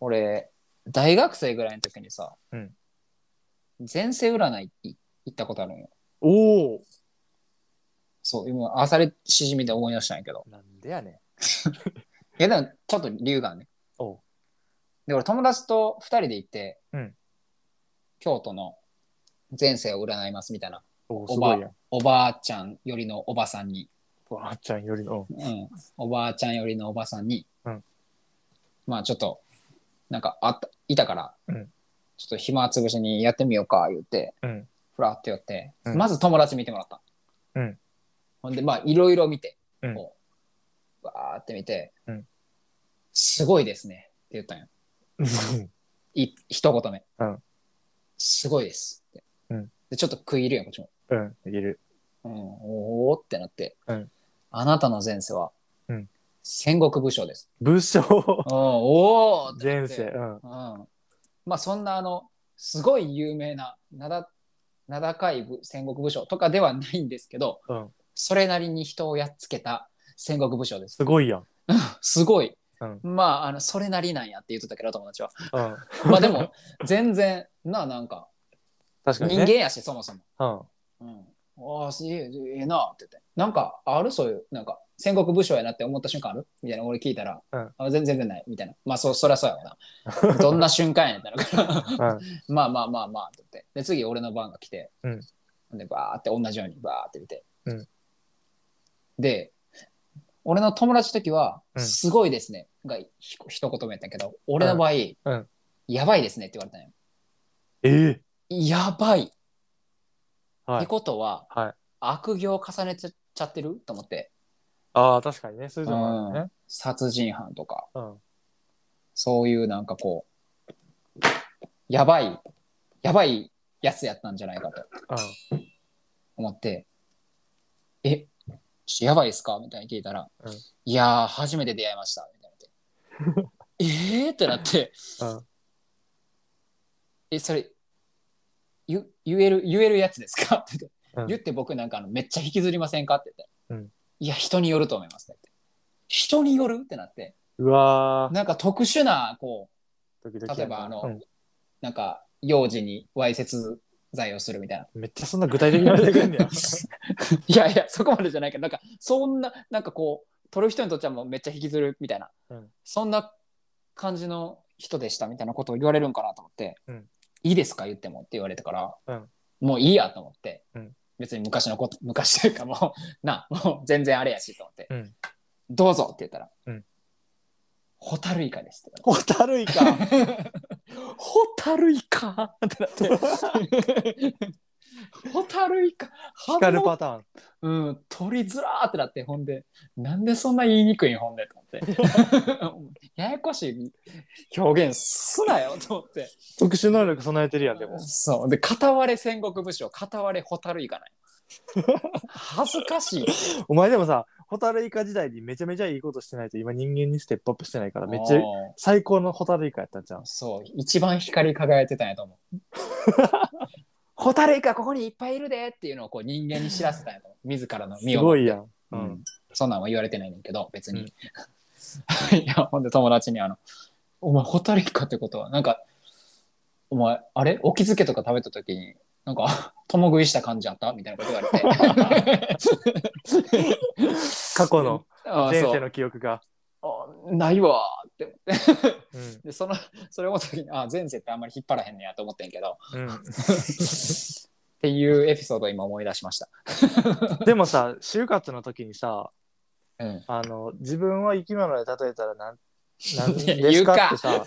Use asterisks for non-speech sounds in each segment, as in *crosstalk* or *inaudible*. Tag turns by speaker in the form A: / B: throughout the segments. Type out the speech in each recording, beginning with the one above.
A: 俺大学生ぐらいの時にさ、
B: うん
A: 前世占い行ったことあるんよ
B: おお
A: そう今あさりしじみで思い出したんやけど
B: なんでやねん。
A: いやでもちょっと理由があるね
B: おう
A: で俺友達と2人で行って、
B: うん
A: 京都の前世を占いますみたいな
B: おお
A: ば
B: すごいやん。
A: おばあちゃんよりのおばさんに
B: おばあちゃんよりの。
A: うん、おばあちゃんよりのおばさんに、
B: うん
A: まあちょっとなんかあったいたから、
B: うん
A: ちょっと暇つぶしにやってみようか言って、
B: うん
A: ふらって寄って、
B: うん
A: まず友達見てもらった、
B: うん
A: ほんでまあいろいろ見て、
B: うん
A: こうわーって見て、
B: うん
A: すごいですねって言ったんよい一言目、
B: うん
A: すごいですって、
B: うん
A: でちょっと食い入るやんこっちも
B: うん、いける。
A: うん、おーってなって、
B: うん
A: あなたの前世は、
B: うん
A: 戦国武将です。
B: 武将
A: うんおーってな
B: 前
A: って
B: 世。う
A: う
B: ん。
A: ん。まあそんなあの、すごい有名な、名だ名高い武戦国武将とかではないんですけど、
B: うん
A: それなりに人をやっつけた戦国武将です。
B: すごいやん。
A: すごい。
B: うん
A: まあ、あの、それなりなんやって言ってたけど、友達
B: *laughs*
A: は。
B: うん。
A: まあでも、全然、なあ、なんか、
B: 確か
A: 人
B: に
A: 間
B: ね。
A: やし、そもそも。
B: うん。
A: うん、ああ、すげえ、ええなって言って。なんか、あるそういう、なんか、戦国武将やなって思った瞬間あるみたいな、俺聞いたら、
B: うん
A: あ全然全然ない、みたいな。まあ、そ、そりゃそうやわ
B: *laughs*
A: な。どんな瞬間やねんってなるから、 *laughs* まあまあまあまあ、って言って。で、次、俺の番が来て、
B: うん
A: で、バーって同じように、バーって見て。
B: うん
A: で、俺の友達の時は、
B: うん
A: すごいですね、がひ一言目やったけど、俺の場合、
B: うん
A: やばいですねって言われたんよ。
B: ええ。
A: やばい。っ
B: は
A: て
B: い。
A: ことは、
B: はい。
A: 悪行重ねちゃってると思って。
B: ああ、確かにね。そういうのもあるね。
A: 殺人犯とか
B: うん。
A: そういうなんかこうやばいやばいやつやったんじゃないかと思って「えちょやばいですか?」みたいに聞いたら「
B: うん
A: いやー初めて出会いました」みたいになって「えー?」ってなって
B: うん。うん。
A: 「えそれゆ言える言えるやつですか?」って言って
B: うん
A: 言って僕なんかあのめっちゃ引きずりませんか?」って言って「
B: うん
A: いや人によると思います」って人によるってなって
B: うわー。
A: なんか特殊なこう
B: ドキドキやな
A: 例えばあの
B: うん
A: なんか、幼児にわいせつ罪をするみたいな。
B: めっちゃそんな具体的に言われてくんねや。
A: *laughs* いやいや、そこまでじゃないけど、なんか、そんな、なんかこう、取る人にとってはもうめっちゃ引きずるみたいな、
B: うん
A: そんな感じの人でしたみたいなことを言われるんかなと思って、
B: うん
A: いいですか言ってもって言われたから、
B: うん
A: もういいやと思って、
B: うん
A: 別に昔のこと、昔というかもう、な、もう全然あれやしと思って、
B: うん
A: どうぞって言ったら、
B: うん
A: ホタルイカですって
B: *laughs* ホタルイカ。
A: ホタルイカってなって。 *laughs* ホタルイカ
B: 光るパターン。
A: うん、取りづらーってなって、ほんで、なんでそんな言いにくいんほんで、と思って。
B: *laughs*
A: ややこしい表現すなよ、と思って。
B: 特殊能力備えてるやん、でも。
A: そう。で、片割れ戦国武将、片割れホタルイカない。恥ずかしい。
B: お前でもさ、ホタルイカ時代にめちゃめちゃいいことしてないと今人間にステップアップしてないから、めっち
A: あ
B: ゃ
A: ー
B: 最高のホタルイカやったんじゃん。
A: そう、一番光り輝いてたんやと思
B: *laughs*
A: う。ホタルイカここにいっぱいいるでっていうのをこう人間に知らせたんやと思う。自らの身
B: す
A: をもっ
B: ご
A: て。
B: いやん。う
A: うんん。そんなんは言われてないねんけど、別に。
B: うん
A: *laughs* いや、ほんで友達にあの、お前、ホタルイカってことは、なんか、お前、あれお気づけとか食べた時に、なんか、 *laughs* 共食いした感じあったみたいなこと言われ
B: *laughs*
A: て。
B: 過去の
A: ああ
B: 前
A: そ
B: 世
A: う
B: の記憶が。
A: あないわーって思って。
B: うん。
A: で、その、それを思った時に、あ、前世ってあんまり引っ張らへんねやと思ってんけど、 *laughs* っていうエピソードを今思い出しました。 *laughs*
B: うんでもさ、就活の時にさ、
A: うん。
B: あの、自分を生き物で例えたらなん、なん
A: いや
B: です
A: *laughs*
B: か
A: 言うか
B: ってさ、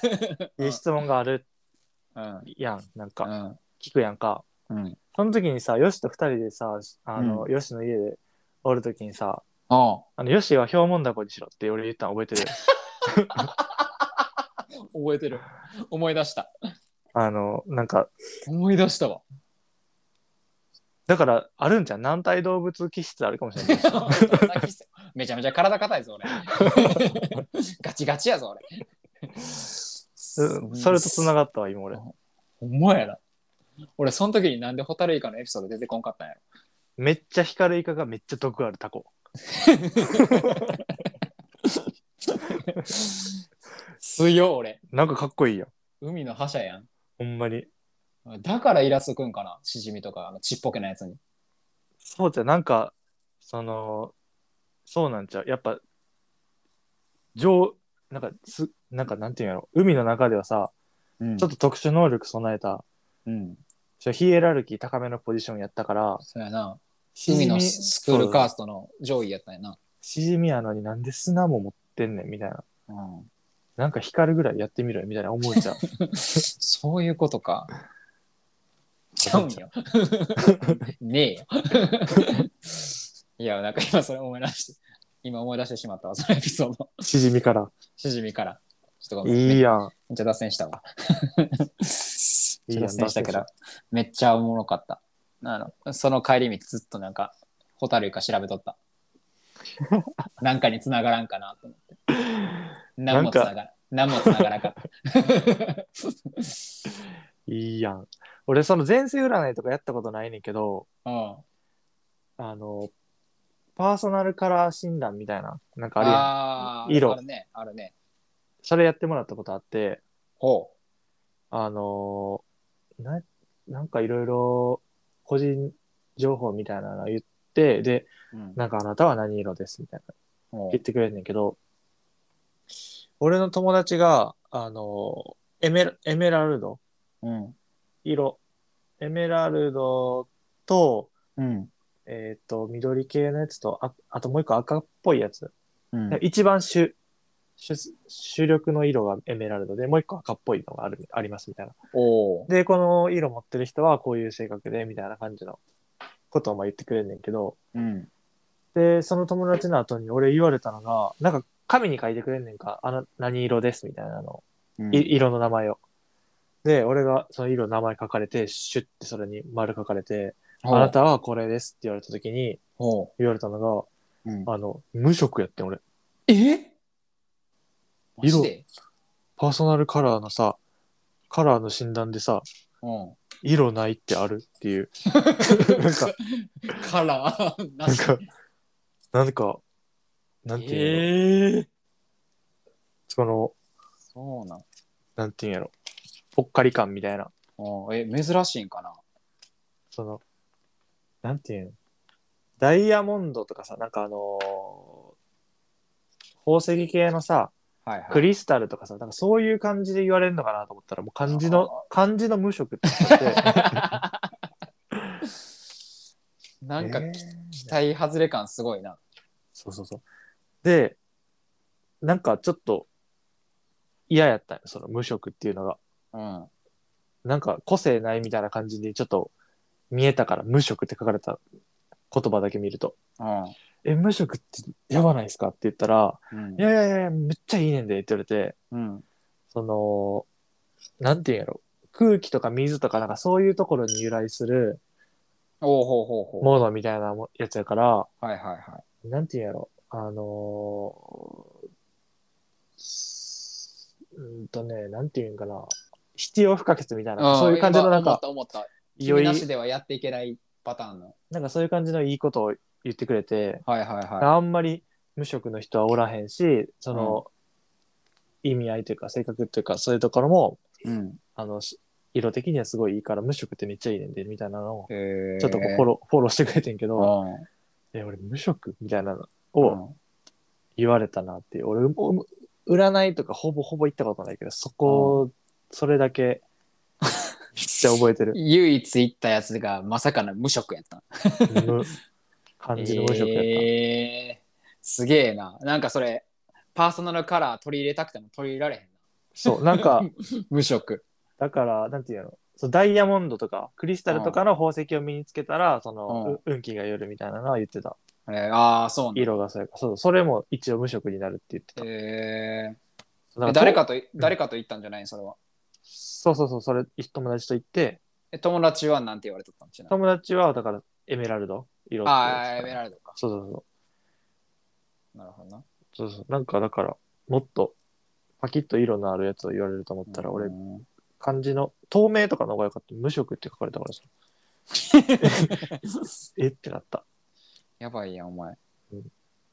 A: うん
B: いう質問がある
A: うん。
B: やん。なん
A: う
B: か、
A: ん。
B: 聞くやんか。
A: うん。
B: その時にさ、ヨシと二人でさ、あの、ヨシの家でおる時にさ、
A: ああ。
B: あの、ヨシは表問だこにしろって俺言ったの覚え
A: *laughs*
B: てる。
A: 覚えてる。思い出した。
B: あの、なんか、
A: 思い出したわ。
B: だから、あるんじゃん。軟体動物気質あるかもしれない。
A: *laughs* めちゃめちゃ体硬いぞ、
B: *laughs*
A: 俺。ガチガチやぞ、俺。
B: うんそれと繋
A: が
B: がったわ、今俺。 *laughs*
A: ほんまやな。俺、その時になんでホタルイカのエピソード出てこんかったんやろ。
B: めっちゃ光るイカがめっちゃ毒あるタコ。
A: 強俺。
B: なんかかっこいいやん。
A: 海の覇者やん。
B: ほんまに。
A: だからイラつくんかなシジミとか、あのちっぽけなやつに。
B: そうじゃん、なんか、その、そうなんちゃう。やっぱ、上、なんか、す、なんかなんていうんやろ。海の中ではさ、
A: うん
B: ちょっと特殊能力備えた、
A: うん。
B: そうヒエラルキー高めのポジションやったから、
A: そうやな。
B: シ
A: 海
B: ジ
A: の
B: ミ
A: スクールカーストの上位やったんやな。
B: シジミやのになんで砂も持ってんねんみたいな。
A: うん、
B: なんか光るぐらいやってみろよみたいな思うじゃ
A: *laughs*
B: ん。
A: そういうことか。ちゃうんよ。 *laughs* ねえよ。いや、なんか今それ思い出して、今思い出してしまったわ、そのエピソード。
B: シジミから。
A: シジミから。ちょっとごめん、ね。
B: いいやん。
A: めっちゃ脱線したわ。めっち
B: いい
A: ゃ
B: や
A: 脱線したけど
B: 脱線した、
A: めっちゃおもろかった。あのその帰り道ずっとなんか、ホタルイカ調べと *laughs* った。なんかに繋がらんかなと思って。何も繋がらん。何も繋がらんか *laughs* った。
B: いいやん。俺、その前世占いとかやったことないねんけど、
A: うん。
B: あの、パーソナルカラー診断みたいな、なんかあるやん。
A: あー
B: 色
A: あるね、あるね。
B: それやってもらったことあって、
A: ほ
B: あのーな、なんかいろいろ個人情報みたいなの言って、で、
A: う。うん
B: なんかあなたは何色ですみたいな
A: ほう
B: 言ってくれんねんけど、俺の友達が、あのーエメラ、エメラルド
A: うん。
B: 色、エメラルドと、
A: うん。
B: えっ、と、緑系のやつと、ああともう一個赤っぽいやつ。
A: うん。
B: 一番主、主、主力の色がエメラルドで、もう一個赤っぽいのがある、ありますみたいな。
A: おー
B: で、この色持ってる人はこういう性格で、みたいな感じのことをまあ言ってくれんねんけど、
A: うん。
B: で、その友達の後に俺言われたのが、なんか紙に書いてくれんねんか、あの、何色ですみたいな
A: うん
B: の、い色の名前を。で、俺がその色の名前書かれて、シュッてそれに丸書かれて、
A: ほう
B: あなたはこれですって言われた時に
A: ほ
B: 言われたのが、
A: う。うん、
B: あの、無職やってん俺。
A: えマジで
B: パーソナルカラーのさ、カラーの診断でさ、
A: うん。
B: 色ないってあるっていう。な
A: *laughs*
B: んか、
A: カラ
B: *laughs*
A: ーな
B: なん
A: し。
B: か、なんか、なんていうんやろ、
A: えー
B: その、
A: そうなん。
B: なんていうんやろ、ぽっかり感みたいな、
A: うんえ、珍しいんかな。
B: その、なんていうんダイヤモンドとかさ、なんかあのー宝石系のさ、
A: はいはい。
B: クリスタルとかさ、なんかそういう感じで言われるのかなと思ったら、もう漢字の
A: あ、
B: 漢字の無職って言って、
A: *laughs* なんか
B: えー
A: 期待外れ感すごいな。
B: そうそうそう。で、なんかちょっと嫌やったよその無職っていうのが。
A: うん。
B: なんか個性ないみたいな感じでちょっと見えたから無職って書かれた言葉だけ見ると。
A: うん。
B: え、無職ってやばないですかって言ったら、
A: うん
B: いやいやいやいや、めっちゃいいねんでって言われて、
A: うん。
B: その、なんていうんやろ。空気とか水とかなんかそういうところに由来する
A: おうほうほうほ
B: ものみたいなもやつやから、
A: う。はいはいはい。
B: なんていうんやろ、あのーすうんとね、なんていうんかな、必要不可欠みたいな、そういう感じのなん
A: 今
B: か、
A: 思った思った。
B: 良
A: 君
B: い
A: な、しではやっていけないパターンの。
B: なんかそういう感じのいいことを言ってくれて、
A: はいはいは
B: あんまり無職の人はおらへんし、その、意味合いというか、性格というか、そういうところも、
A: い。うん。
B: あの、し色的にはすごいいいから、無職ってめっちゃいいねんで、みたいなのを、
A: ち
B: ちょっとこうフォロー、フォローしてくれてんけど、
A: を。
B: え、俺無職みたいなの
A: う
B: を、
A: ん
B: 言われたなっていう俺も占いとかほぼほぼ行ったことないけどそこ、それだけめっちゃ覚えてる
A: 唯一行ったやつがまさかの無職やった。
B: 無感じの無職やった、
A: えーすげえな。なんかそれ、パーソナルカラー取り入れたくても取り入れられへん
B: そうなんか
A: な。無職。
B: だからなんていうのそうダイヤモンドとかクリスタルとかの宝石を身につけたら、その、う運気がよるみたいなのは言ってた
A: えーああ、そうなんだ
B: 色がそうやからそうそれも一応無職になるって言ってた
A: えー
B: なん
A: 誰か
B: と
A: と、誰かと行ったんじゃないそれは。
B: そうそうそうそれ友達と行って
A: え友達はなんて言われとったんちな。
B: 友達はだからエメラルド色ってやつ
A: ああ、エメラルドか。
B: そうそうそう
A: なるほどな。
B: そうそう。なんかだから、もっと、パキッと色のあるやつを言われると思ったら、俺
A: う、ん *laughs*
B: 漢字の、透明とかの方が良かった。無色って書かれたからさ。えってなった。
A: やばいやん、お前
B: うん。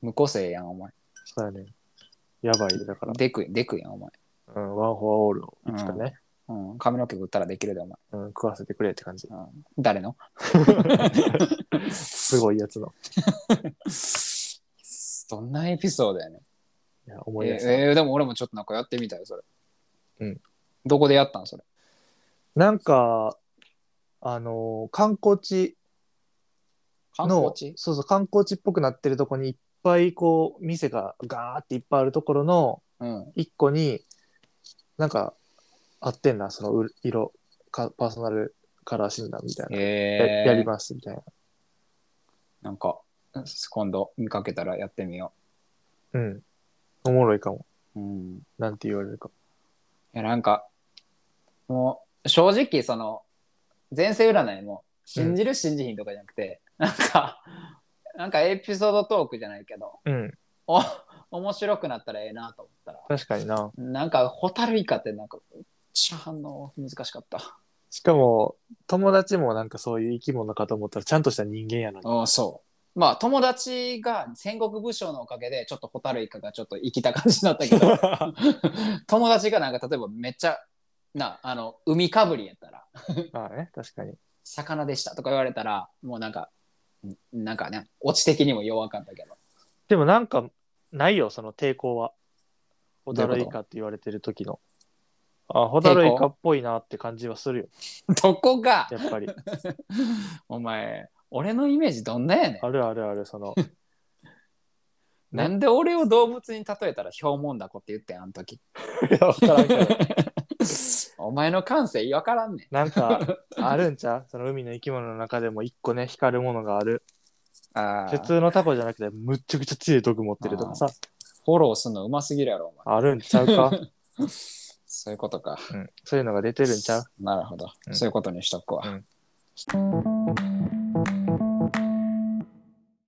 A: 無個性やん、お前。
B: そうやね。やばい、だから。
A: デク、デクやん、お前。
B: うん、ワンフォアオールをいつかね、
A: うん、髪の毛食ったらできるで、お前。
B: うん食わせてくれって感じ。
A: 誰の *laughs*
B: すごいやつの。
A: どんなエピソードやねん。
B: いや思い
A: え
B: 出した、
A: えーでも俺もちょっとなんかやってみたい、それ。
B: うん。
A: どこでやったん、それ。
B: なんか、あのー観光地
A: 観光
B: の
A: 地
B: そうそう、観光地っぽくなってるとこにいっぱいこう、店がガーっていっぱいあるところの
A: うん。
B: 一個に、なんか、合ってんな、そのう色か、パーソナルカラー診断みたいな。や
A: えー、
B: やりますみたいな。
A: なんか、今度見かけたらやってみよ
B: うん。おもろいかも。
A: う。うん。い
B: なんて言われるか。
A: や、なんか、もう、正直、その、前世占いも、信じる信じひんとかじゃなくて、なんか、なんかエピソードトークじゃないけど、
B: うん。
A: お、面白くなったらええなと思ったら、
B: 確かにな。
A: なんか、ホタルイカってなんか、めっちゃ反応難しかった。
B: しかも、友達もなんかそういう生き物かと思ったら、ちゃんとした人間やな。
A: ああ、そう。まあ、友達が戦国武将のおかげで、ちょっとホタルイカがちょっと生きた感じだったけ
B: *laughs*
A: ど、友達がなんか、例えばめっちゃ、な、あの、海かぶりやったら、
B: まあね、確かに。
A: 魚でしたとか言われたら、もうなんか、んなんかね、オチ的にも弱かったけど。
B: でもなんか、ないよ、その抵抗は。ホ
A: どうい
B: タ
A: うこと
B: ルイカって言われてる時の。あ、ホタルイカっぽいなって感じはするよ、
A: どこが、
B: やっぱり。 *laughs*
A: お前、俺のイメージどんなやねん
B: あ。るあるある、その。
A: なんで俺を動物に例えたら、ヒョウモンダコって言ってん、あの時。
B: いやわからんけど
A: お前の感性分からんねん。
B: なんか、あるんちゃうそ *laughs* の海の生き物の中でも一個ね、光るものがある。
A: あ
B: 普通のタコじゃなくて、むっちゃくちゃ強い毒持ってるとかさ、
A: フォローするのうますぎるやろ、お前。
B: あるんちゃうか、
A: そういうことか。
B: うん、そういうのが出てるんちゃう
A: なるほど。
B: うん
A: そういうことにしとくわ。
B: うん